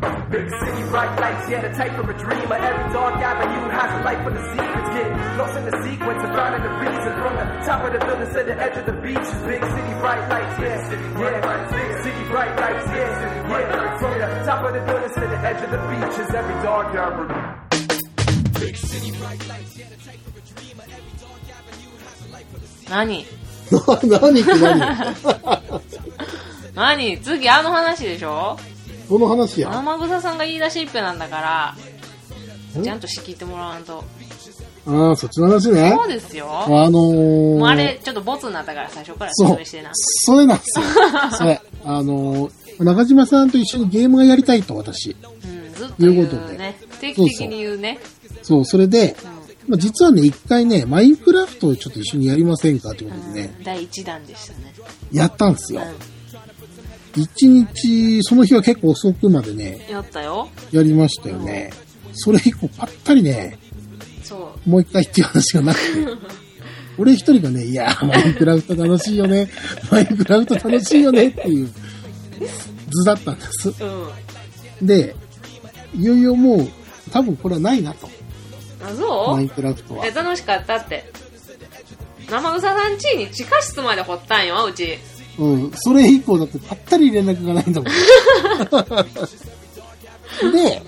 Big city, bright lights, yeah, the type of a dreamer. Every dark avenue has a light for the secrets. Get lost in the sequence and finding the reason. From the top of the building to the edge of the beach. Big city, bright lights, yeah, yeah. Big city, bright lights, yeah, yeah. From the top of the building to the edge of the beach is every dark avenue. Big city, bright lights, yeah, the type of a dreamer. Every dark avenue has a light for the secrets. 何な 何って何何次あの話でしょその話や。生草さんが言い出しっぺなんだかんら、ちゃんと仕切ってもらわんと。ああ、そっちの話ね。そうですよ。あのー、もうあれ、ちょっとボツになったから最初から説そう明してな。。それな んですよ。それ。あのー、中島さんと一緒にゲームがやりたいと、私。うん、ずっと言いうことうでね。定期的に言うね。そう、それで、うまあ、実はね、一回ね、マインクラフトをちょっと一緒にやりませんかということんでね、第1弾でしたね。やったんですよ。う一日、その日は結構遅くまでね、ん。やったよ。やりましたよね。それ以降、ぱったりね、そう。もう一回っていう話がなくて。俺一人がね、いやー、マインクラフト楽しいよね。マインクラフト楽しいよねっていう図だったんです。うん。で、いよいよもう、多分これはないなと。あ、マそイうンクラフトはえ、。楽しかったって。生草さん家に地下室まで掘ったんよ、うち。うん。それ以降だってぱったり連絡がないんだもん。 で、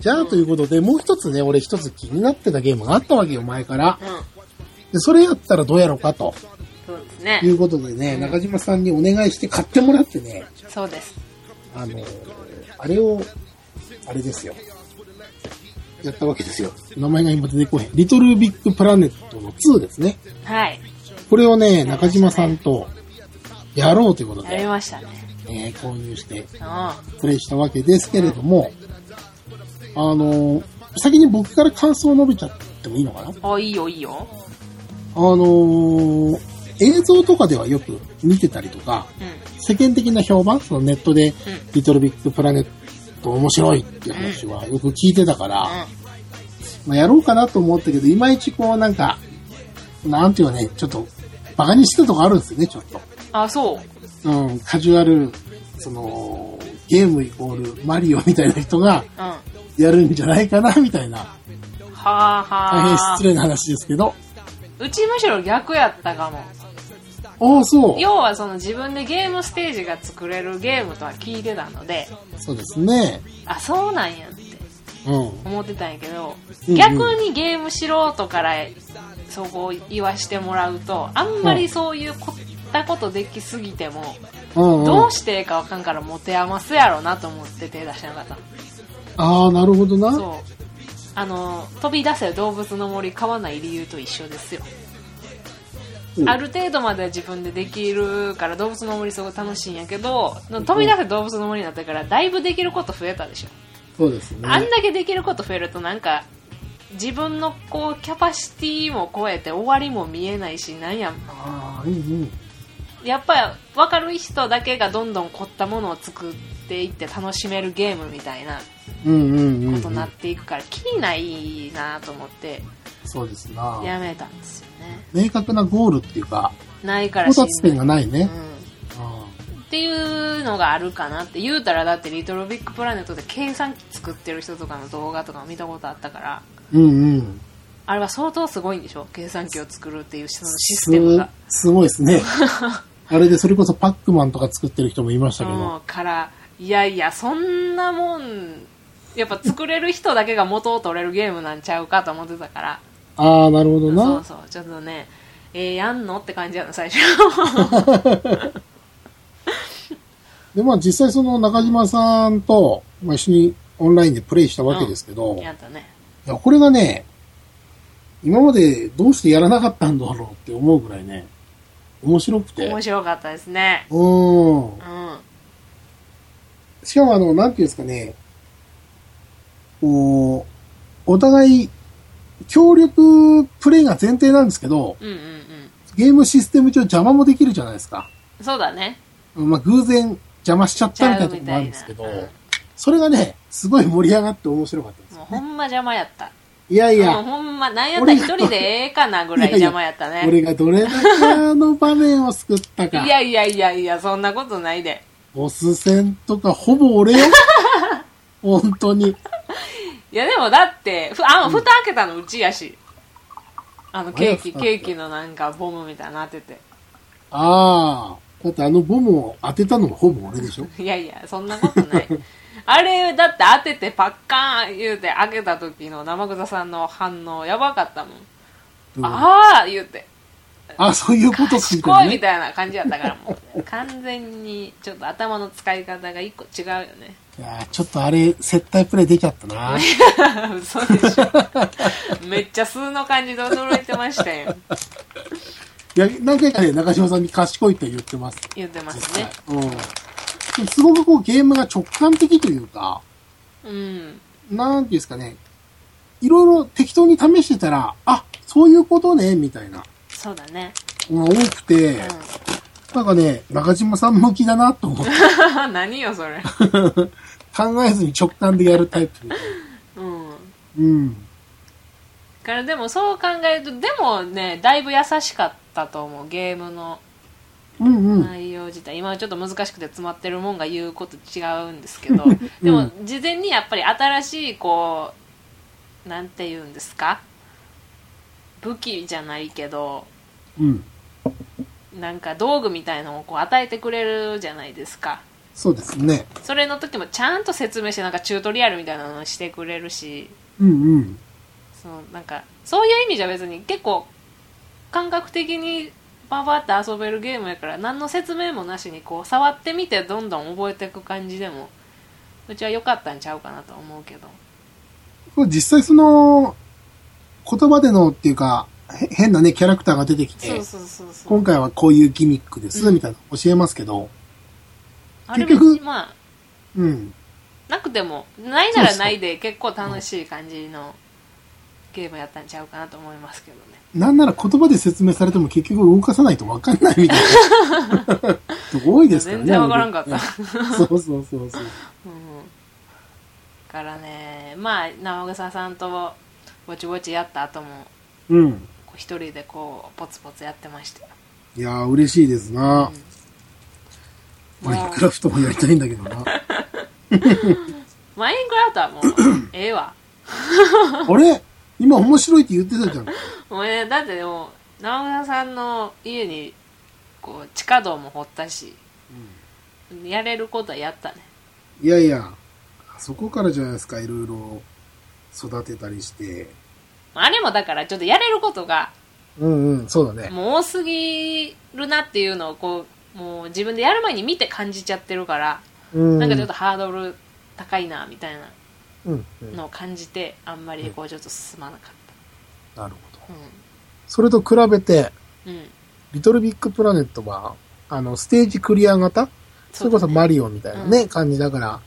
じゃあということで、もう一つね、俺一つ気になってたゲームがあったわけよ、前からう。ん。で、それやったらどうやろうかとそうですねい。うことでね、中島さんにお願いして買ってもらってね、そうです。あの、あれを、あれですよ。やったわけですよ。名前が今出てこへん。リトルビッグプラネットの2ですね。はい。これをね、中島さんとやろうということやりで、ましたね。えー購入してう。プレイしたわけですけれども、あの、先に僕から感想を述べちゃってもいいのかなんあ、いいよ、いいよ。あの、映像とかではよく見てたりとか、う世間的な評判、そのネットん。でうん。リトルビッグプラネット面白いっていう話はよく聞いてたから、まあ、やろうかなと思ったけど、いまいちこうなんか、なんていうかね、ちょっと、バカにしてたとこあるんですよね、ちょっと。あ、そう。うん、カジュアル、その、ゲームイコールマリオみたいな人がうん。はやるんじゃないかな、みたいな、あは大変あ失。礼な話ですけど。うちむしろ逆やったかも。ああ、そう。要はその自分でゲームステージが作れるゲームとは聞いてたので、そうですね。あ、そうなんやってうん。思ってたんやけど、うんうん逆にゲーム素人からそこを言わしてもらうと、あんまりそういうこったことできすぎても、うん、うん。どうしてええかわかんから持て余すやろなと思って手出しなかった。ああ、なるほどな。そう。あの、飛び出せ動物の森買わない理由と一緒ですよ。うんある程度までは自分でできるから動物の森すごい楽しいんやけど飛び出せ動物の森になってからだいぶできること増えたでしょ、そうですね。あんだけできること増えるとなんか自分のこうキャパシティも超えて終わりも見えないしなんやああ、うんうん。やっぱり分かる人だけがどんどん凝ったものを作っていって楽しめるゲームみたいなうんうんうん、うことになんっ。ていくから気にないなと思ってそうですな。やめたんですよね明確なゴールっていうか、ないから到しん達どい点がないね。うんあっていうのがあるかなって言うたらだって「リトルビッグプラネット」で計算機作ってる人とかの動画とか見たことあったからーうんうん。あれは相当すごいんでしょ計算機を作るっていうそのシスすテムが、すごいで すね。あれでそれこそパックマンとか作ってる人もいましたけど。うん、からいやいやそんなもんやっぱ作れる人だけが元を取れるゲームなんちゃうかと思ってたからああ、なるほどそうな。そうちょっとねえー、やんのって感じやの最初で、まあ実際その中島さんと、まあ、一緒にオンラインでプレイしたわけですけど、いやったねや、これがね、今までどうしてやらなかったんだろうって思うぐらいね、面白くて。面白かったですねうん。うんしかもあの、なんていうんですかね、こう、お互い、協力プレイが前提なんですけど、うんうんうんゲームシステム上邪魔もできるじゃないですか。そうだねまあ、偶然邪魔しちゃったみたいなとこもあるんですけどちゃうみたいなうん、それがね、すごい盛り上がって面白かったですもう。ほんま邪魔やったいやいもうや、ほんま、なんやったら一人でええかなぐらい邪魔やったね。い俺がどれだけあの場面を救っ たか。やいやいやいや、そんなことないで。ボス戦とかほぼ俺よ。 本当に。いやでもだってふあの蓋開けたのうちやし、あのケーキあれケーキのなんかボムみたいなの当ててああ。だってあのボムを当てたのもほぼ俺でしょいやいやそんなことないあれだって当ててパッカーン言うて開けた時の生草さんの反応やばかったもん、うんああ言うてあ、そういうこと賢すいみね。たいな感じやったからもう完全にちょっと頭の使い方が一個違うよね いやーちょっとあれ、接待プレイできちゃったな。嘘でしょめっちゃ数の感じで驚いてましたよいや、何回かね、中島さんに賢いって言ってます。言ってます実際ね。うん。でもすごくこうゲームが直感的というか、うんなんていうんですかね、いろいろ適当に試してたら、あ、そういうことね、みたいな、そうだねのが多くて、なんかね、中島さん向きだな と思って、うん何よそれ考えずに直感でやるタイプみたいうな。んうん。からでもそう考えるとでもねだいぶ優しかったと思うゲームのうんうん。内容自体、今はちょっと難しくて詰まってるもんが言うこと違うんですけど でも事前にやっぱり新しいこうなんて言うんですか武器じゃないけどうん。なんか道具みたいのをこう与えてくれるじゃないですかそうですね。それの時もちゃんと説明してなんかチュートリアルみたいなのをしてくれるしうんうん。そのなんかそういう意味じゃ別に結構感覚的にババって遊べるゲームやから何の説明もなしにこう触ってみてどんどん覚えていく感じでもうちは良かったんちゃうかなと思うけどこれ実際その、言葉でのっていうか、へ変なね、キャラクターが出てきて、そうそうそうそう今回はこういうギミックです、うんみたいなの教えますけど、あれ結別局にまあうん。なくてもないならないで結構楽しい感じのゲームやったんちゃうかなと思いますけどねなんなら言葉で説明されても結局動かさないとわかんないみたい な。多いですからね。全然わからんかったあの時ねそうそうそうそう。うんだからねまあ生草さんとぼちぼちやった後もうん。こう一人でこうポツポツやってましたよいやー、嬉しいですな。うんマインクラフトもやりたいんだけどな。あマインクラフトはもうええ われ今面白いって言ってたじゃん。もうねだってもう直村さんの家にこう地下道も掘ったし、やれることはやったねいやいや、そこからじゃないですか、いろいろ育てたりして。あれもだからちょっとやれることがうんうん、そうだね。もう多すぎるなっていうのをこうもう自分でやる前に見て感じちゃってるから、うん。なんかちょっとハードル高いなみたいなうん、うん。なのを感じてあんまりこうちょっと進まなかっるほど。たそれと比べて、うん、うん、リトルビッグプラネットは、あの、ステージクリア型それこそマリオみたいなね、感じだから、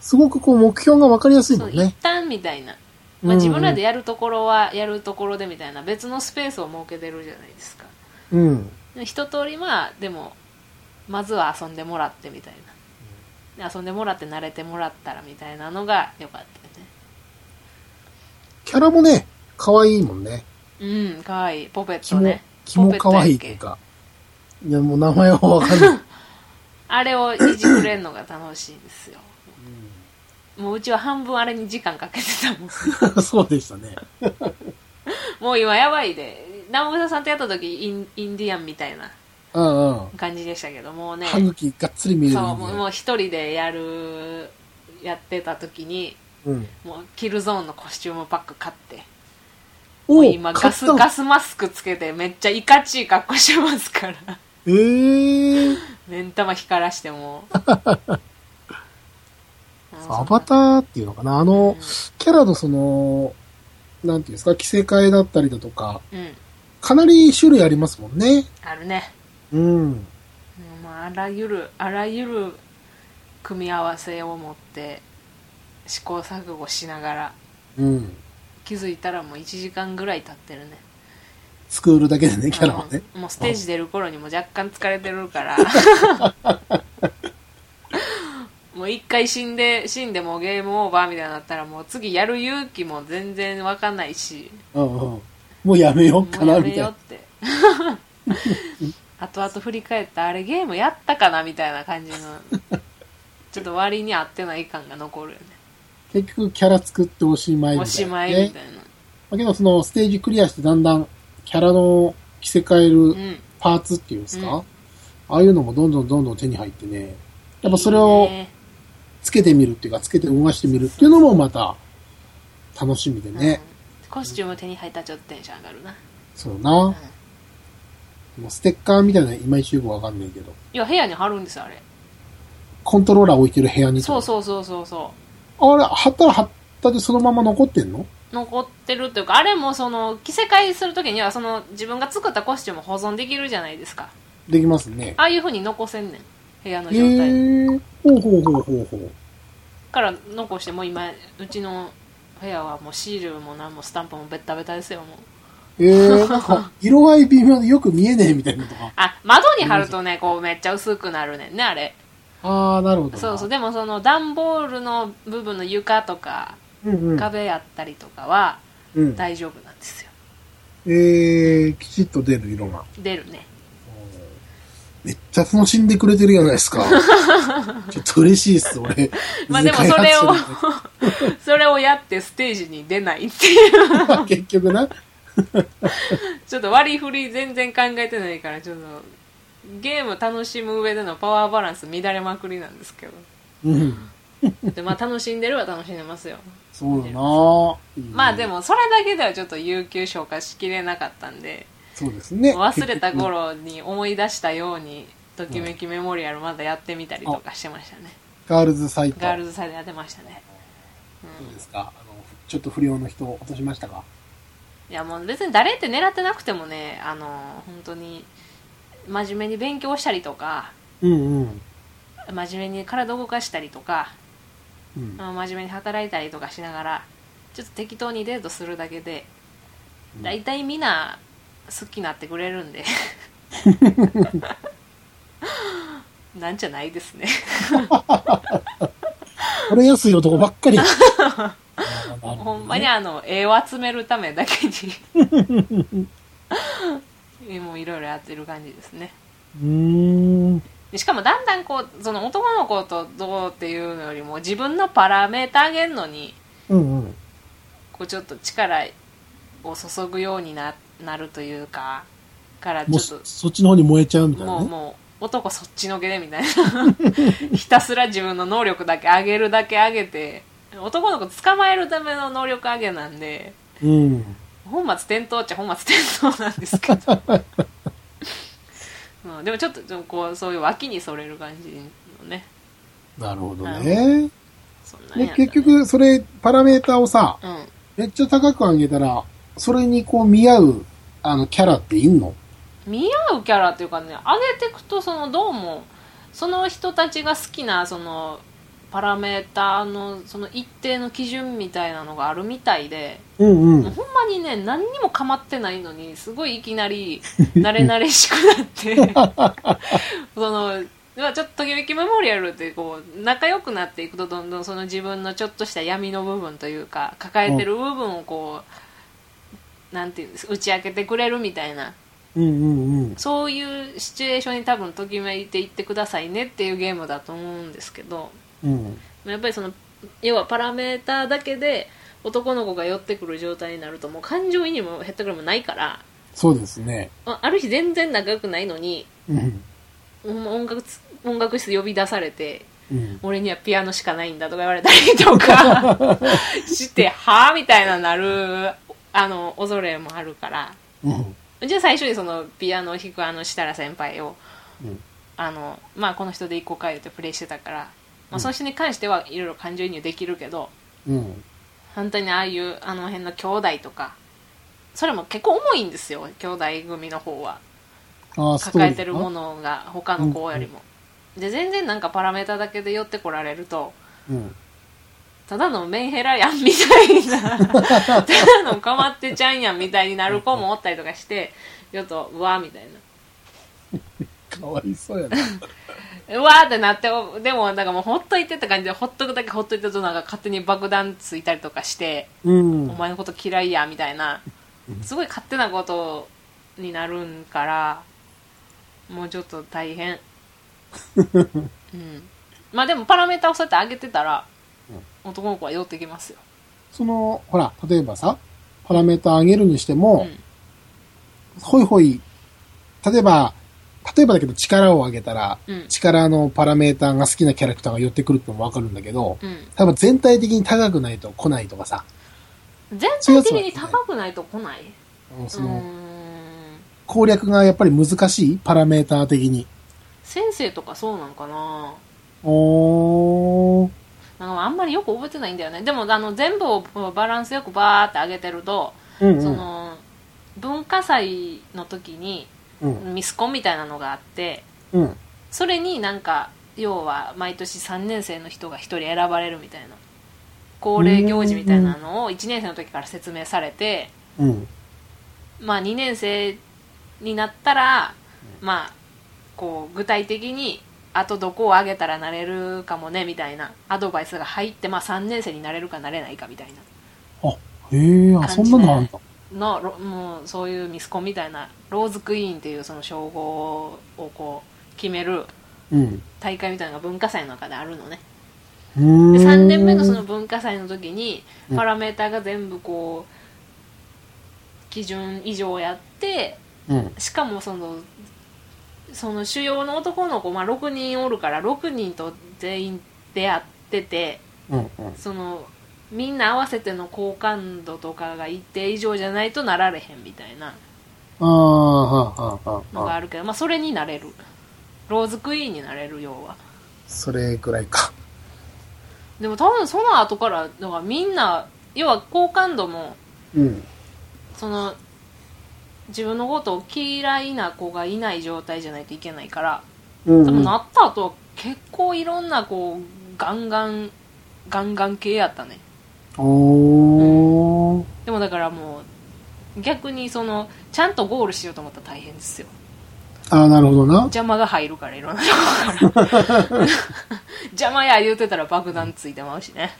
すごくこう目標がわかりやすいそもうんね一。旦みたいな、うんまうあ、ん自分らでやるところはやるところでみたいな別のスペースを設けてるじゃないですかうん。で一通りまあでもまずは遊んでもらってみたいなで遊んでもらって慣れてもらったらみたいなのが良かったキャラもね、可愛いもんね。よねうんかわいいポペッキトモ、ねキモ可愛いってポペいうットやっけか。いや、もう名前はわかんない。あれをいじくれるのが楽しいんですよもううちは半分あれに時間かけてたもん そうでしたね。もう今やばいで直村さんとやった時インインディアンみたいなうんうん。感じでしたけどもうね歯茎がっつり見えるそんうもうもう一人でやるやってた時にうん。もうキルゾーンのコスチュームパック買ってもおう今ガスガスマスクつけてめっちゃイカチい格好してますから えー、目ん玉光らして もアバターっていうのかなあの、キャラのその、なんていうんですか、着せ替えだったりだとか、うんかなり種類ありますもんね。あるねうん。もうまああらゆるあらゆる組み合わせを持って試行錯誤しながらうん。気づいたらもう1時間ぐらい経ってるねスクールだけでね、キャラはね。うんもうステージ出る頃にも若干疲れてるから もう一回死んで死んでもうゲームオーバーみたいになったらもう次やる勇気も全然わかんないしうんうん。もうやめもようかうな、やみめたいようっ な。て後々振り返ったあれゲー ムやったかなみたいな感じのちょっと割に合ってない感が残るよね結局キャラ作っておしまいおみたしいな、まいね。みたいな。だけどそのステージクリアしてだんだんキャラの着せ替えうるん。パーツっていうんですか、うんああいうのもどんどんどんどん手に入ってね、やっぱそれいをいねつけてみるっていうか、つけて動かしてみるっていうのもまた楽しみでね。うんコスチューム手に入ったらちょっとテンション上がるな。そうな。うん。いもうステッカーみたいなのいまいちよくわかんないけど、や、部屋に貼るんですよ、あれ。コントローラー置いてる部屋にそうそうそうそうそう。あれ、貼ったら貼ったでそのまま残ってんの残ってるというかあれもその着せ替えするときにはその自分が作ったコスチューム保存できるじゃないですかできますね。ああいうふうに残せんねん部屋のへ状態にー。ほうほうほうほうほう。から残してもう今うちの部屋はもうシールも何もスタンプもベッタベタですよもう えー、なんか、色合い微妙でよく見えねえみたいなのとか。あ窓に貼るとねこうめっちゃ薄くなるねんねあれあー、なるほどな。そうそうでもその段ボールの部分の床とかうんうん。壁やったりとかはうん、大丈夫なんですよえー、きちっと出る色が。出るねめっちゃ楽しんでくれてるじゃないで すか。ちょっと嬉しいっす、俺。まあでもそれを開発 すそれをやってステージに出ないっていうるのに 結局な。ちょっと割り振り全然考えてないから、ちょっと、ゲーム楽しむ上でのパワーバランス乱れまくりなんですけど。うん。でまあ楽しんでるは楽しんでますよ。そうだな。いいねまあで。も、それだけではちょっと有給消化しきれなかったんで、そうですね。忘れた頃に思い出したように、ときめきメモリアルまだやってみたりとかしてましたね。ガールズサイト。ガールズサイドやってましたね。どうですかあの、ちょっと不良の人落としましたかいやもう別に誰って狙ってなくてもね、あの、本当に、真面目に勉強したりとか、うんうん。真面目に体を動かしたりとか、うん。まあ真面目に働いたりとかしながらちょっと適当にデートするだけで大体みんな好きになってくれるんでなんじゃないですねこれ安い男ばっ かり。ほほんまにあの絵を集めるためだけにもういろいろやってる感じですねうーん。でしかもだんだんこうその男の子とどうっていうのよりも自分のパラメーター上げるのにうんうん。こうちょっと力を注ぐようにななるというかからちもょっうとそそっちの方に燃えちゃうみたいもなうね。もう男そっちのけでみたいな ひたすら自分の能力だけ上げるだけ上げて男の子捕まえるための能力上げなんでうん。本末転倒っちゃ本末転倒なんですけ ど、うん、でもちょっとちょっとこうそういう脇にそれる感じのねなるほどうね。そんなんやっでたね結局、それ、パラメーターをさ、うんめっちゃ高く上げたら、それにこう見合う、あの、キャラっていんの見合うキャラっていうかね上げていくとそのどうもその人たちが好きなそのパラメーターのその一定の基準みたいなのがあるみたいで、うんもう。ほんまにね何にも構ってないのにすごいいきな り慣れ慣れしくなってそのまあちょっとときめきメモリアルってこう仲良くなっていくとどんどんその自分のちょっとした闇の部分というか抱えてる部分をこう、なんていうんです打ち明けてくれるみたいなうんうんうん。そういうシチュエーションに多分ときめいていってくださいねっていうゲームだと思うんですけどうん。やっぱりその要はパラメーターだけで男の子が寄ってくる状態になるともう感情移入もヘッドグラムないからそうですね。あある日全然仲良くないのにうん。ほんま音楽つ音楽室呼び出されてうん。俺にはピアノしかないんだとか言われたりとかしてはあみたいななるあの恐れもあるからうん。うちは最初にそのピアノを弾くあの設楽先輩をうん。あの、まあ、この人で行こうか言ってプレイしてたから、まあ、その人に関してはいろいろ感情移入できるけど、うん。本当にああいうあの辺の兄弟とかそれも結構重いんですよ兄弟組の方はああ、ストー抱リーえてるものが他の子よりも、で全然なんかパラメータだけで寄ってこられるとうん。ただのメンヘラやんみたい なただのかまってちゃんやんみたいになる子もおったりとかしてちょっとうわーみたいなかわいそうやな。うわーってなって、でもなんかもうほっといてって感じで、ほっとくだけほっといてるとなんか勝手に爆弾ついたりとかして、うん。お前のこと嫌いや、みたいな、すごい勝手なことになるんから、もうちょっと 大変。うん。まあでもパラメータをそうやって上げてたら、男の子は寄ってきますよ。その、ほら、例えばさ、パラメータ上げるにしてうも、ん。ほいほい、例えば、例えばだけど力を上げたら、うん力のパラメーターが好きなキャラクターが寄ってくるってのもわかるんだけど、うん。多分全体的に高くないと来ないとかさ、全体的に高くないと来ない。うんうそーのん。攻略がやっぱり難しいパラメーター的に。先生とかそうなんかなおー。なんかあんまりよく覚えてないんだよね。でも、あの、全部をバランスよくバーって上げてると、うんそうん。の、文化祭の時にうん。ミスコンみたいなのがあって、うん。それになんか、要は毎年3年生の人が1人選ばれるみたいな。恒例行事みたいなのを1年生の時から説明されて、うん。まあ2年生になったら、まあ、こう、具体的に、あとどこを上げたらなれるかもね、みたいなアドバイスが入って、まあ3年生になれるかなれないかみたいな。あ、へえ、あ、そんなのあんだ。のロもうそういうミスコンみたいなローズクイーンっていうその称号をこう決めるうん。大会みたいなのが文化祭の中であるのねうーんで3年目のその文化祭の時にうんパラメーターが全部こう基準以上やってうん。しかもそのその主要の男の子、まあ、6人おるから6人と全員出会っててうん。そのみんな合わせての好感度とかが一定以上じゃないとなられへんみたいなああ、はあ、はあ、はあのがあるけど、まあ、それになれるローズクイーンになれる要はそれぐらいか。でも多分その後からだからみんな要は好感度もうん。その自分のことを嫌いな子がいない状態じゃないといけないからうん多う分ん。なった後は結構いろんなこうガンガンガンガン系やったねおー。でもだからもう逆にそのちゃんとゴールしようと思ったら大変ですよああ、なるほどな。邪魔が入るからいろんなとこから邪魔や言うてたら爆弾ついてまうしね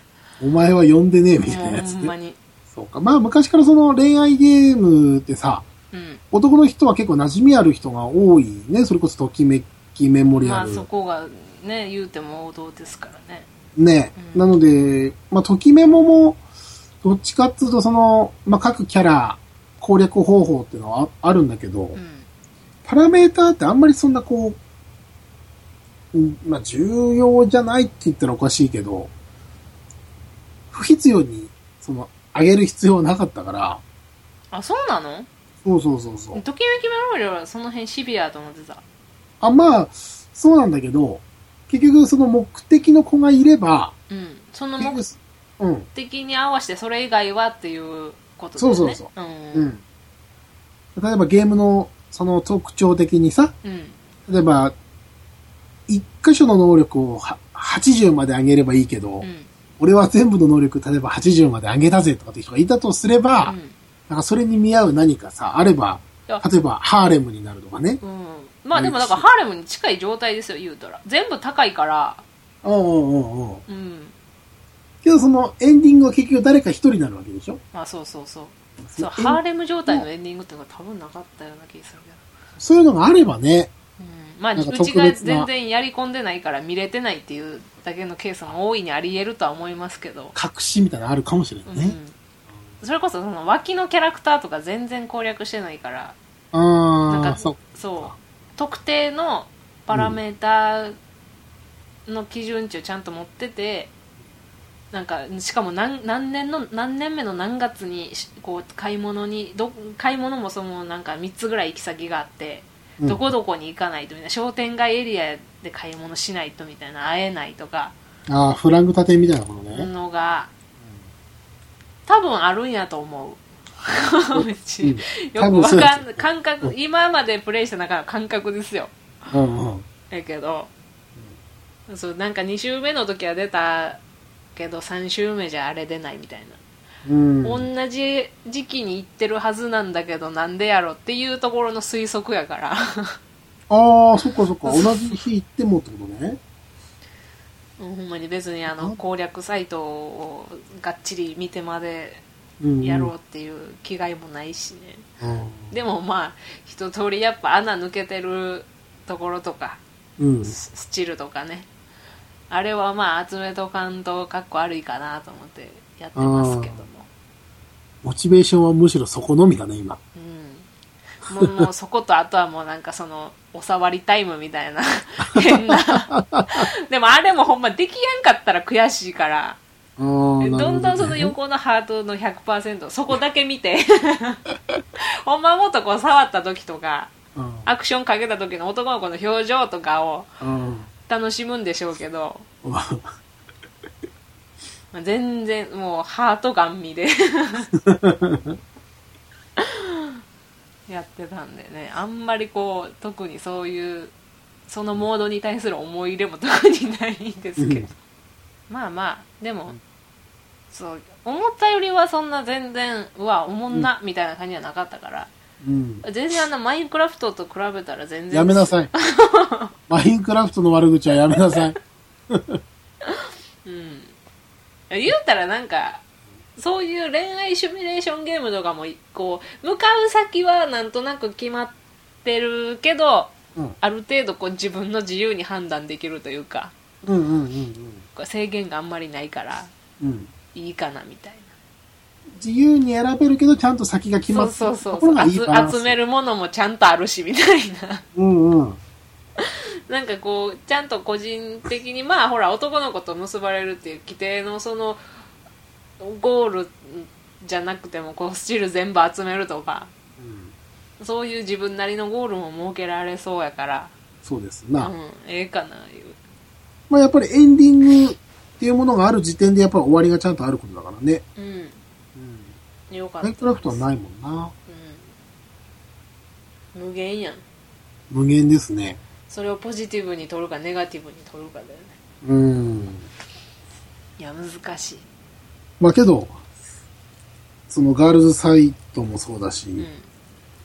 お前は呼んでねえみたもいなうやほつんまね。にそうか。まあ、昔からその恋愛ゲームってさ、うん男の人は結構馴染みある人が多いね。それこそときめきメモリまアあル。そこがね言うても王道ですからねね。うんなので、まあ、ときメモも、どっちかっつうとその、まあ、各キャラ、攻略方法っていうのはああるんだけど、うんパラメーターってあんまりそんなこう、うんまあ、重要じゃないって言ったらおかしいけど、不必要に、その、上げる必要なかったから、あそうなのそうそうそうそう。ときめきメモリアルはその辺シビアと思ってたあ、まあ、そうなんだけど、結局その目的の子がいれば、うんその結目局うん、的に合わせてそれ以外はっていうことですそねうそうそううんん。例えばゲームの、その特徴的にさ、うん例えば、一箇所の能力をは80まで上げればいいけど、うん俺は全部の能力、例えば80まで上げたぜとかって人がいたとすれば、うんなんかそれに見合う何かさ、あればいや、例えばハーレムになるとかね。うんまあでもだからハーレムに近い状態ですよ言うたら全部高いからうんうんうんうん。うんけどそのエンディングは結局誰か一人になるわけでしょまあそうそうそうそうえハーレム状態のエンディングっていうのが多分なかったような気がするけどそういうのがあればね、うんまあ、なんかう特ち別なが全然やり込んでないから見れてないっていうだけのケースも大いにあり得るとは思いますけど、隠しみたいなのあるかもしれうなんいね。それこそその脇のキャラクターとか全然攻略してないからあなんあかー、そう。そう特定のパラメーターの基準値をちゃんと持ってて、なんかしかも何何年の何年目の何月にしこう買い物にど買い物もそのなんか3つぐらい行き先があって。うんどこどこに行かないとみたいな商店街エリアで買い物しないとみたいな会えないとかああ、フラグ立てみたいなことね。のが多分あるんやと思 う うちよく多分わそうかやんと思う感覚今までプレイした中の感覚ですようんうん。やけどそうなんか2周目の時は出たけど3周目じゃあれ出ないみたいなうん。同じ時期に行ってるはずなんだけどなんでやろっていうところの推測やからああ、そっかそっか。同じ日行ってもってことね。 うんほんまに別にあの攻略サイトをがっちり見てまでうん。やろうっていう気概もないしね、うん。でもまあ一通りやっぱ穴抜けてるところとかうん。ススチルとかねあれはまあ集めとかんとかっこ悪いかなと思ってやってますけども、モチベーションはむしろそこのみだね、今。うん、もうもうそことあとはもうなんかそのおさわりタイムみたいな 変なでもあれもほんまできやんかったら悔しいからどどんどんそのよ横のハートの100%そこだけ見て ほんまもっとこう触った時とかうんアクションかけた時の男の子の表情とかをうん。楽しむんでしょうけどまあまあ全然もうハートガン見で やってたんでねあんまりこう特にそういうそのモードに対する思い入れも特にないんですけど、まあまあでも、そう思ったよりはそんな全然うわおもんな、みたいな感じはなかったからうん。 全然あのマインクラフトと比べたら全然やめな さい。マインクラフトの悪口はやめなさい。うん、言うたらなんかそういう恋愛シミュレーションゲームとかもこう向かう先はなんとなく決まってるけどうん。ある程度こう自分の自由に判断できるというかうんうんうんこう制限があんまりないからうん。うん。いいかなみたいな自由に選べるけど、ちゃんと先が決まそうってそうそるとうこそろうがいいバラン集ス。集めるものもちゃんとあるしみたいなうんうん。なんかこうちゃんと個人的にまあほら男の子と結ばれるっていう規定のそのゴールじゃなくてもこうスチール全部集めるとかうんそういう自分なりのゴールも設けられそうやから、そうですうな。ん、ええかな、いう。まあやっぱりエンディングっていうものがある時点でやっぱり終わりがちゃんとあることだからね。ううん。ん、よかったマイン。クラフトはないもんな。うん、無限やん。無限ですね。それをポジティブに取るか、ネガティブに取るかだよね。うん。いや、難しい。まあけど、そのガールズサイトもそうだし、うん。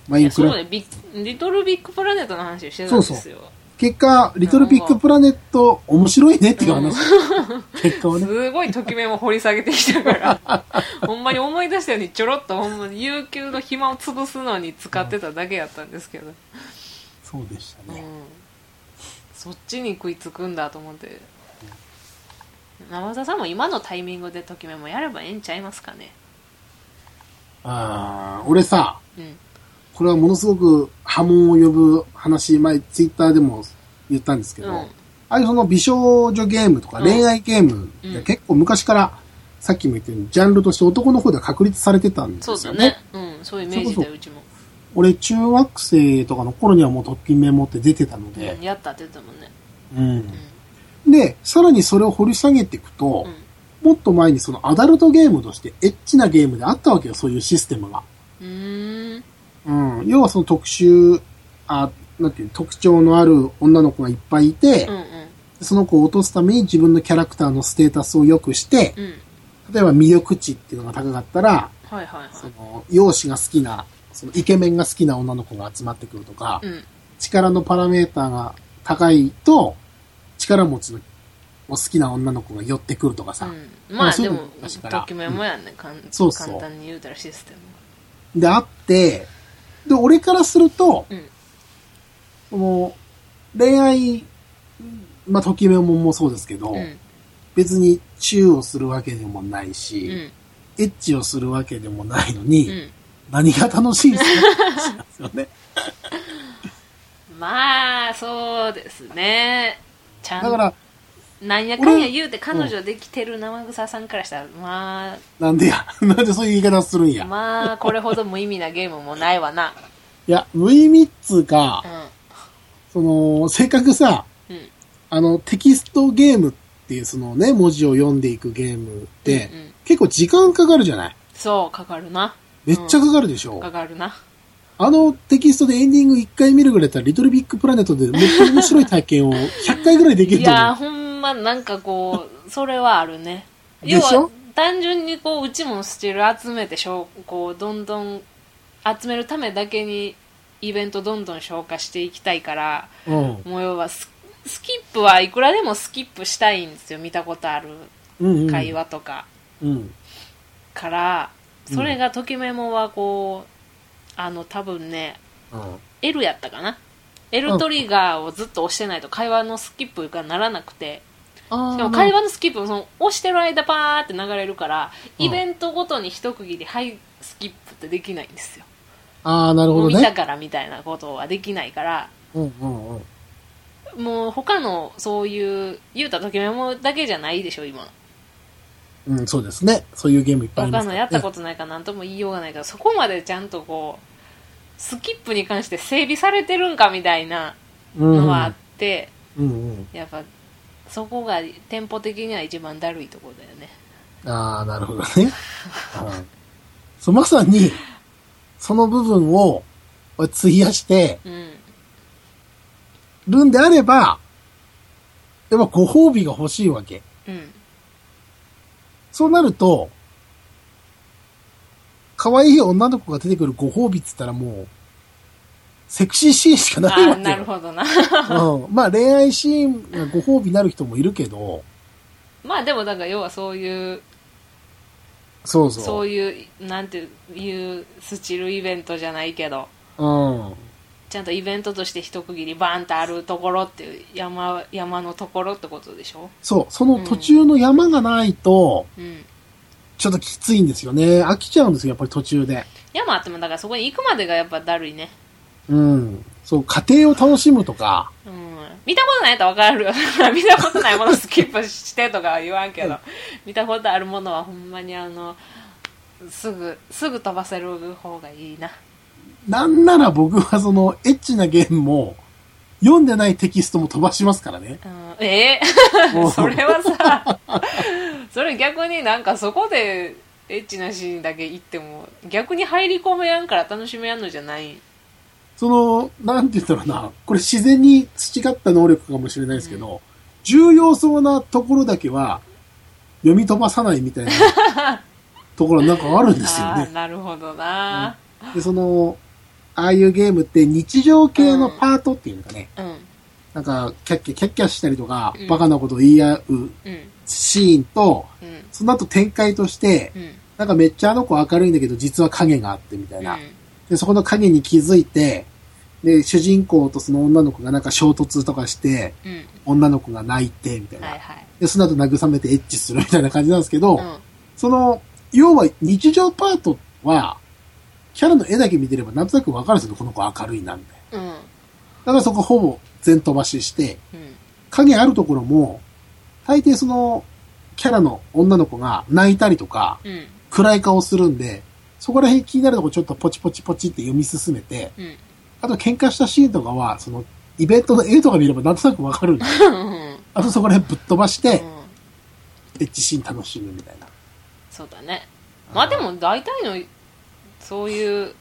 マいインや、クそうラフねト。、ビッリトルビッグプラネットの話をしてたんですよ。そう結果、リトルピックプラネット面白いねっていう話。 結果はね。すごいときめも掘り下げてきたから、 ほんまに思い出したようにちょろっとほんまに有給の暇を潰すのに使ってただけやったんですけど。そうでしたうね。んそっちに食いつくんだと思って生田さんも今のタイミングでときめもやればええんちゃいますかねああ、俺さ、うんこれはものすごく波紋を呼ぶ話、前ツイッターでも言ったんですけど、うんああいうその美少女ゲームとかうん恋愛ゲームっうてん結構昔から、さっきも言ったようにジャンルとして男の方では確立されてたんですそようだねねうんそういうイメージだようちも、俺中学生とかの頃にはもうトッピンメモって出てたのでうん、、やったって言ってたもんねうんで、さらにそれを掘り下げていくと、うもっと前にそのアダルトゲームとしてエッチなゲームであったわけよ、そういうシステムが。んうんうーんうん、要はその特集、あ、なんていうの、特徴のある女の子がいっぱいいて、うんその子を落とすために自分のキャラクターのステータスを良くして、うんうん例えば魅力値っていうのが高かったら、はいはいはいその、容姿が好きな、そのイケメンが好きな女の子が集まってくるとか、うん力のパラメーターが高いと、力持ちのを好きな女の子が寄ってくるとかさ、うん、まあそうでいうのも昔からときめもやね、かんそうそう簡単に言うたらシステであって、で、俺からすると、ムうんその、恋愛、まあ、ときめももそうですけど、うん別にチューをするわけでもないし、うんエッチをするわけでもないのに、うん何が楽しいんですかなんですよ ね。まあそうですねちゃんだから、なんやかんや言うて彼女できてる生草さんからしたら、まなんでや、 なんでそういう言い方するんあ、や。まあ、これほど無意味なゲームもないわな。いや、無意味っつうかう、その、せっかくさ、ん。うん。あの、テキストゲームっていうそのね、文字を読んでいくゲームって、うんうん結構時間かかるじゃないそう、かかるな。めっちゃかかるでしょ、かかるな。あのテキストでエンディング1回見るぐらいだったら、リトルビッグプラネットでもっと面白い 体験を100回ぐらいできいると思う。やー、ほんま、なんかこう、それはあるね。でしょ要は、単純にこう、うちもスチール集めてしょう、こう、どんどん、集めるためだけに、イベントどんどん消化していきたいから、うん。もう要はス、スキップはいくらでもスキップしたいんですよ。見たことあるうん、うん。会話とか。うん。からうんそれがときメモはこうあの多分ね L やったかな L トリガーをずっと押してないと会話のスキップがならなくてあーしかも会話のスキップもその押してる間パーって流れるからうんイベントごとに一区切り「はいスキップ」ってできないんですよ、ああ、なるもほうど見たね。からみたいなことはできないからうんうんうん。もう他のそういう言うたときメモだけじゃないでしょ今うん、そうですね。そういうゲームいっぱいありま他すのから、やったことないから何とも言いようがないからそこまでちゃんとこうスキップに関して整備されてるんかみたいなとうん、うのんはあって、うん。やっぱそこが店舗的には一番だるいところだよねああ、なるほどね。 うんそう、まさに、その部分を費やしてうんるんであれば、やっぱご褒美が欲しいわけ。うんそうなると、可愛い女の子が出てくるご褒美っつったらもう、セクシーシーンしかあ ないわあけよ。なるほどなうん、まあ恋愛シーンがご褒美になる人もいるけど、まあでもだから要はそういうそうそう。そういうなんていうスチルイベントじゃないけどうん。ちゃんとイベントとして一区切りバーンとあるところっていう山山のところってことでしょそう、その途中の山がないと、うんちょっときついんですよね。飽きちゃうんですよ、やっぱり途中で。山あってもだからそこに行くまでがやっぱだるいねうん。そう、家庭を楽しむとか、うん見たことないと分かるよ 見たことないものスキップしてとかは言わんけど見たことあるものはほんまにあのすぐすぐ飛ばせる方がいいななんなら僕はその、エッチなゲームも、読んでないテキストも飛ばしますからね。うんえー、もうそれはさそれ逆になんかそこでエッチなシーンだけ行っても逆に入り込めやんから楽しめやんのじゃないその、なんて言ったらな、これ自然に培った能力かもしれないですけど、重要そうなところだけは、読み飛ばさないみたいなところなんかあるんですよああーね。なるほどなで、その、ああいうゲームって日常系のパートっていうのかね、うんなんか、キャッキャキャッキャしたりとか、うんバカなこと言い合ううんシーンと、うんその後展開として、うんなんかめっちゃあの子明るいんだけど、実は影があってみたういんな。で、そこの影に気づいて、で、主人公とその女の子がなんか衝突とかして、うん女の子が泣いて、みたいな。はいはいで、その後慰めてエッチするみたいな感じなんですけど、うんその、要は日常パートは、キャラの絵だけ見てればなんとなくわかるんですよ、この子明るいな、みたいな。うんだからそこほぼ全飛ばしして、うん影あるところも、大抵その、キャラの女の子が泣いたりとか、うん暗い顔するんで、そこら辺気になるとこちょっとポチポチポチって読み進めて、うんあと喧嘩したシーンとかは、その、イベントの絵とか見ればなんとなくわかるんで、うんあとそこら辺ぶっ飛ばして、うんエッチシーン楽しむみたいな。そうだねまあでも大体のそういう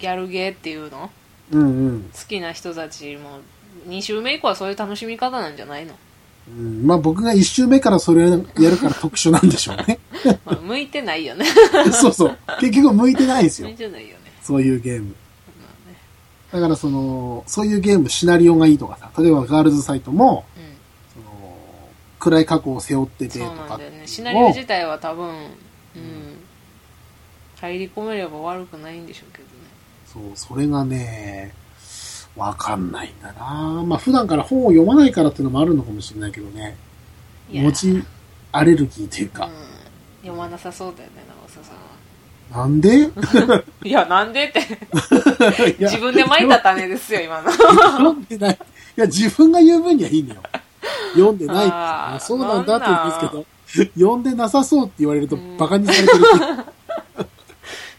ギャルゲーっていうのうんうん。好きな人たちも2週目以降はそういう楽しみ方なんじゃないの、うん、まあ僕が一周目からそれやるから特殊なんでしょう ね。まあ向いてないよねそうそう。結局向いてないです向よい。てないよねそういうゲーム。だからその、そういうゲームシナリオがいいとかさ、例えばガールズサイトも、うんその暗い過去を背負っててとそうなかんってだよいうのをねシナリオ自体は多分うん入り込めれば悪くないんでしょうけどねそう、それがね、わかんないんだなまあ普段から本を読まないからっていうのもあるのかもしれないけどね。いや持ちアレルギーといううかん。、読まなさそうだよね長澤さんはなんでいいやなんでって や自分でまいた種ですよ今の 読んでない。いや、自分が言う分にはいいのよ。読んでないってあーそうなんだって言うんですけど、読んでなさそうって言われるとうんバカにされてるっていう。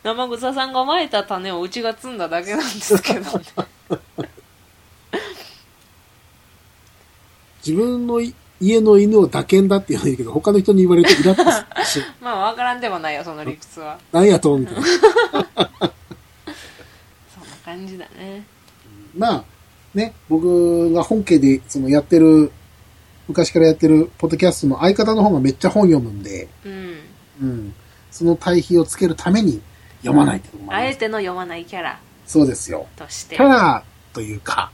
生草さんがまいた種をうちが摘んだだけなんですけ どね自分のい家の犬を打犬だって言われるけど、他の人に言われるとイラッとし、まあ分からんでもないよその理屈はなんやと、みたい な。そんな感じだねまあ、ね、僕が本家でそのやってる、昔からやってるポッドキャストの相方の方がめっちゃ本読むんで、うんうん。その対比をつけるために読まないってこともあありまえす。ての読まないキャラそうですよ。としキて、うャん、ラというか、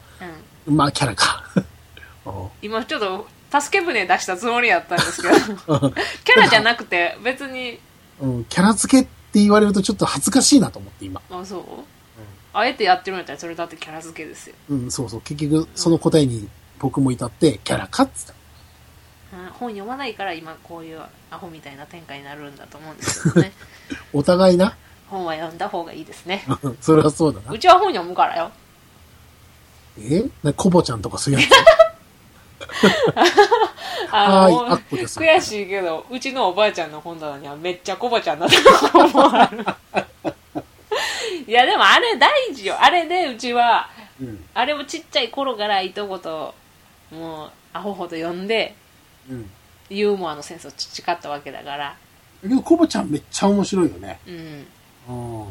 まあキャラか。 おう今ちょっと助け舟出したつもりやったんです けどキャラじゃなくて別にうん、キャラ付けって言われるとちょっと恥ずかしいなと思って今。あそう、あえてやってるんやったらそれだってキャラ付けですようん、そうそう。結局その答えに僕も至って、キャラかっつった。ううん本読まないから今こういうアホみたいな展開になるんだと思うんです けどねお互いな。本は読んだ方がいいですね それはそうだなう。ちは本読むからよえな、コボちゃんとかそういうやつあのはいあっこです悔しいけどうちのおばあちゃんの本棚にはめっちゃコバちゃんだったと思われるいやでもあれ大事よあれでうちは うん。あれもちっちゃい頃からいとこともうアホほど呼んでうん。ユーモアのセンスを培ったわけだからだけど、コボちゃんめっちゃ面白いよね。うんうん。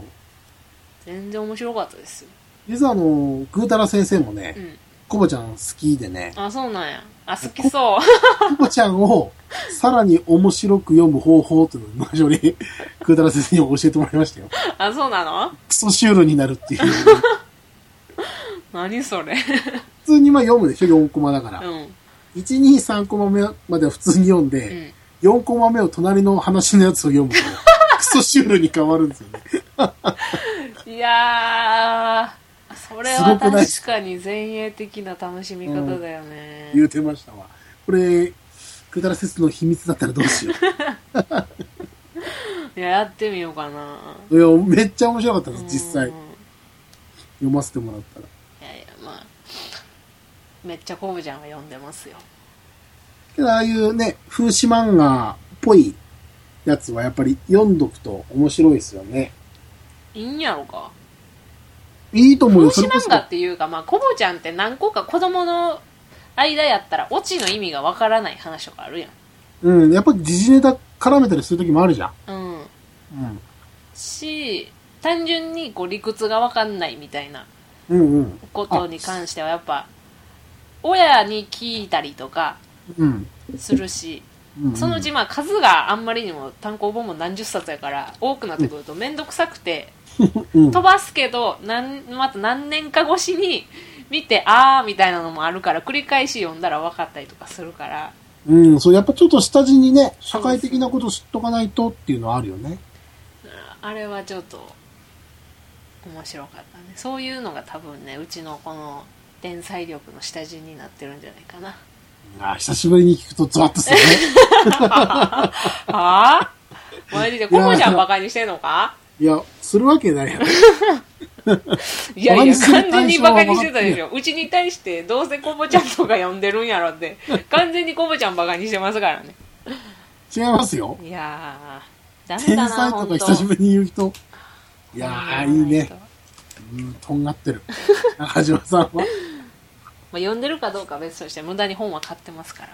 全然面白かったですよ実はあの、ぐーたら先生もね、うんコボちゃん好きでね、あそうなんやあ好きそうコボちゃんをさらに面白く読む方法というのを無常に、 ぐーたら先生に教えてもらいましたよ。あそうなのクソシュールになる っていう。何それ普通にまあ読むでしょ、4コマだから。うん1、2、3コマ目までは普通に読んうで、ん4コマ目を隣の話のやつを読むと、 クソシュールに変わるんですよね。いやーそれすごはくない確かに前衛的な楽しみ方だよね、言うてましたわ。これ、くだらせつの秘密だったらどうしよいややってみようかなう。 いや、めっちゃ面白かったです、実際うん。読ませてもらったら。いやいやまあめっちゃコブちゃんは読んでますよけど、ああいうね、風刺漫画っぽいやつはやっぱり読んどくと面白いですよね。いいんやろかいいと思うよ、風そ刺れこ漫そ画。っていうかまあコボちゃんって何個か子供の間やったらオチの意味がわからない話とかあるやんうん、やっぱり時事ネタ絡めたりする時もあるじゃん。うんうん。し単純にこう理屈がわかんないみたいなうんうん。ことに関してはやっぱ親に聞いたりとかうん。するしうんうんそのうちまあ数があんまりにも単行本も何十冊やから多くなってくると面倒くさくてうん飛ばすけどなんまた何年か越しに見てああみたいなのもあるから繰り返し読んだら分かったりとかするからうん、そう、やっぱちょっと下地にね、社会的なこと知っとかないとっていうのはあるよね。あれはちょっと面白かったねそういうのが多分ねうちのこの天才力の下地になってるんじゃないかなああ、久しぶりに聞くとゾワッとす るね。ああ マジでコモちゃんバカにしてんのかいや、するわけないよ。いやいや、バカにす完る全にバカにしてたでしょ。うちに対して、どうせコボちゃんとか呼んでるんやろ って、完全にコボちゃんバカにしてますからね。違いますよ。いやー、ダメ天だ才な、と本か当久しぶりに言う人。いやー、いいね。まうん、とんがってる。中島さんは。あ、呼んでるかどうかは別として、無駄に本は買ってますから。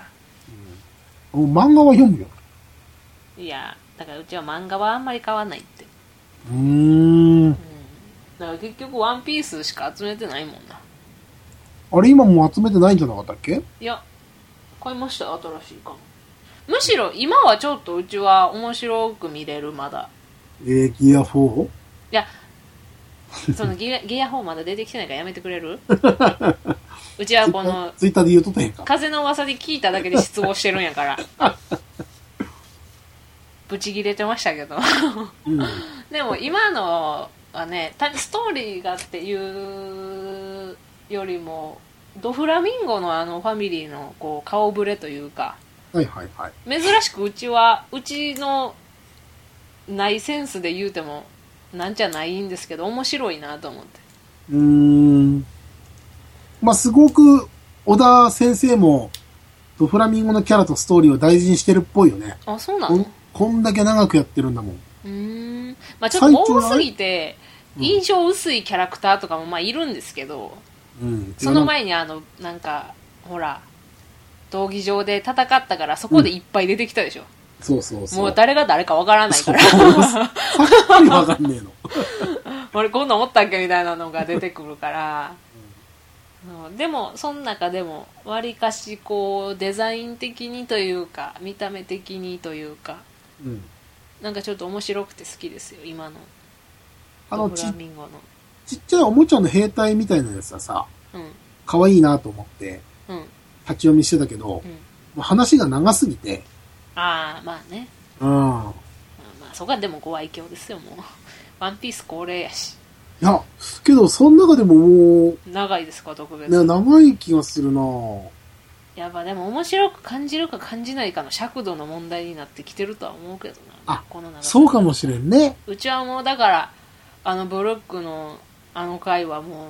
もう漫画は読むよ。いやー、だからうちは漫画はあんまり買わないって。うーん。だから結局ワンピースしか集めてないもんな。あれ今もう集めてないんじゃなかったっけいや、買いました、新しいかも。むしろ今はちょっとうちは面白く見れる、まだ。えー、ギア 4? いや、そのギアギア4まだ出てきてないからやめてくれるうちはこの、ツイッターで言うとったへんか。風の噂で聞いただけで失望してるんやから。ブチギレてましたけど。うん。でも今のはね、たストーリーがっていうよりも、ドフラミンゴのあのファミリーのこう顔ぶれというか、はいはいは珍い。しくうちはうちのないセンスで言うてもなんじゃないんですけど面白いなと思ってうーん。まあ、すごく、小田先生も、ドフラミンゴのキャラとストーリーを大事にしてるっぽいよね。あそうなこのんこんだけ長くやってるんだもん。うーんまあちょっと多すぎてうん印象薄いキャラクターとかもまあいるんですけど、うん。その前にあのなんかほら闘技場で戦ったからそこでいっぱい出てきたでしょ、そうそうそう。もう誰が誰かわからないかそうらさっぱりわかんねえの。 俺こんなんおったっけみたいなのが出てくるから、うんでもその中でもわりかしこうデザイン的にというか見た目的にというかうん。なんかちょっと面白くて好きですよ今のあの、ドちフラ、ミンゴのちっちゃいおもちゃの兵隊みたいなやつはさ、うん可愛いなと思って、うん立ち読みしてたけど、もうんう話が長すぎて、ああまあね、うん。いうんまあ、そこはでもご愛嬌ですよもうワンピース恒例やしや、けど、その中でももう、長いですか特別ね、長い気がするなぁ。やっぱでも面白く感じるか感じないかの尺度の問題になってきてるとは思うけどなあこの長さそうかもしれんね。うちはもうだからあのブロックのあの回はも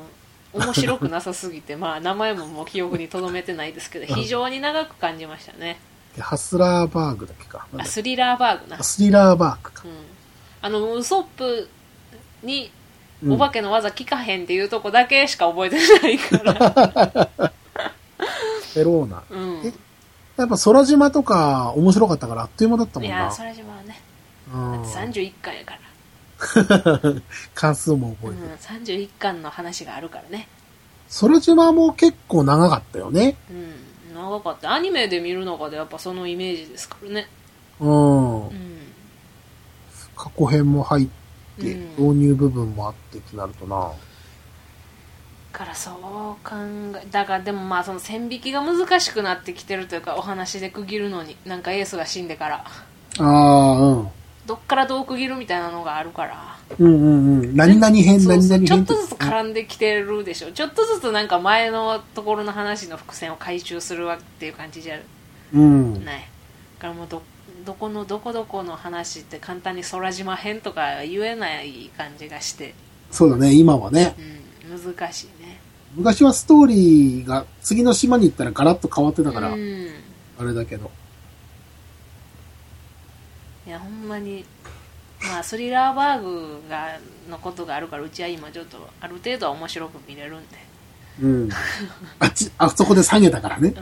う面白くなさすぎて まあ名前ももう記憶に留めてないですけど非常に長く感じましたねハスラーバーグだっけか。なんあだっスリラーバーグなけスリラーバーグか。うん、あのウソップにうんお化けの技聞かへんっていうとこだけしか覚えてない から、エローナ。うん、えやっぱ空島とか面白かったからあっという間だったもいんやなー。それじゃまあねうん、 31巻やから、関数も覚うえんてる。、 31巻の話があるからね空島も結構長かったよね。うん長かったアニメで見る中でやっぱそのイメージですからねうう。んん過去編も入って、導うん入部分もあってってなるとな。からそう考えだからでもまあその線引きが難しくなってきてるというかお話で区切るのになんかエースが死んでからああ、うん。どっからどう区切るみたいなのがあるからうんうんうん。何々編、そう何そ々う編ちょっとずつて絡んできてるでしょちょっとずつなんか前のところの話の伏線を回収するわっていう感じじゃうん。ないだからもうどどこのどこどこの話って簡単に空島編とか言えない感じがして、そうだね、今はね。うん、難しいね昔はストーリーが次の島に行ったらガラッと変わってたから、うん、あいれだけど。やほんまにまあスリラーバーグがのことがあるからうちは今ちょっとある程度は面白く見れるんでうん。あっち、あそこで下げたからうね。ん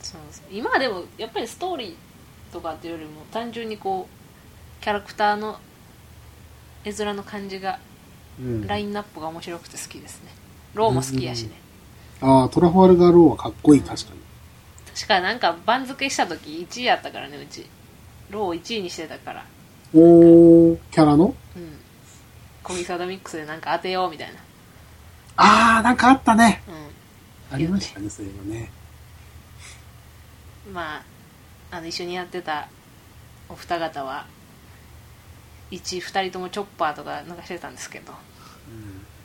そうそう今はでもやっぱりストーリーとかっていうよりも単純にこうキャラクターの絵面の感じが、うん。ラインナップが面白くて好きですねローも好きやしね、ああ、トラファルガーローはかっこいい、確かに。確かなんか番付した時1位やったからねうちロー1位にしてたからおー、キャラのうん小木サダミックスでなんか当てようみたいなああ、なんかあったね。うありましたね、そういうのね。んまああの一緒にやってたお二方は12人ともチョッパーとかなんかしてたんですけど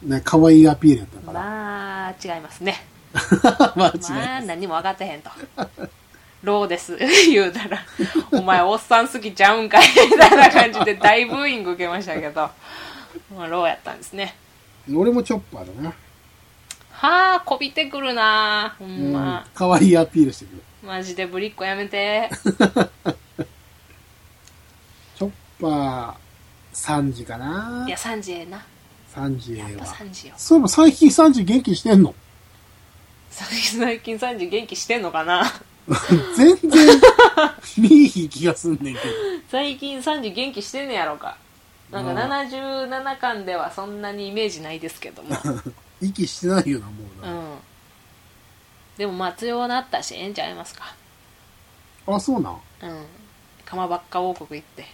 ね、可愛いアピールやったから。まあ違いますねま あ、まあ違う。何も分かってへんと 「ローです」 言うたら「お前おっさん好きちゃうんかい」 みたいな感じで大ブーイング受けましたけど、まあ、ローやったんですね俺もチョッパーだな。はあこびてくるなほうんんま。可愛いアピールしてくる。マジでぶりっ子やめ てチョッパー、3時かないや3時ええな3時やっぱは。 3時よそういえば最近3時元気してんの 最近3時元気してんのかな全然、見いひ気がすんねんけ 最近3時元気してんねやろかなんかまあ77巻ではそんなにイメージないですけどもど。息してないよな、もううな。んでもまあ強なったしええんちゃいますかあ、そうなん。うんかまばっか王国行って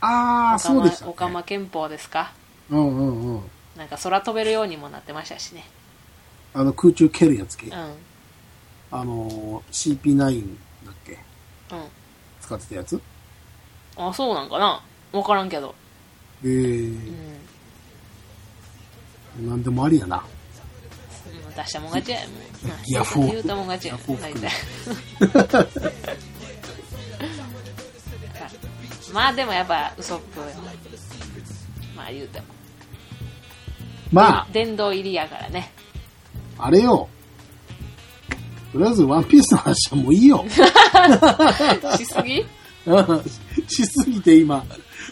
ああ、オカそうマでした、ね。オカマ憲法ですかうんうんうん。なんか空飛べるようにもなってましたしねあの、空中蹴るやつ系うんうんあのー、CP9 だっけ使ってたやつあそうなんかな分からんけどええうんー、なんでもありやな。もう出したもん勝ちやもうまあいやフォーク言うたもん勝ちやいやフォーク大体 まあでもやっぱウソップやなまあ言うてもまあ、殿堂入りやから ねあれよ。とりあえずワンピースの話はもういいよ。しすぎうんしすぎて今、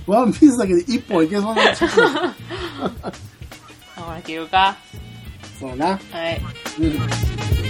ワンピースだけで一本いけそうな。あ、切るかそうな。はいうん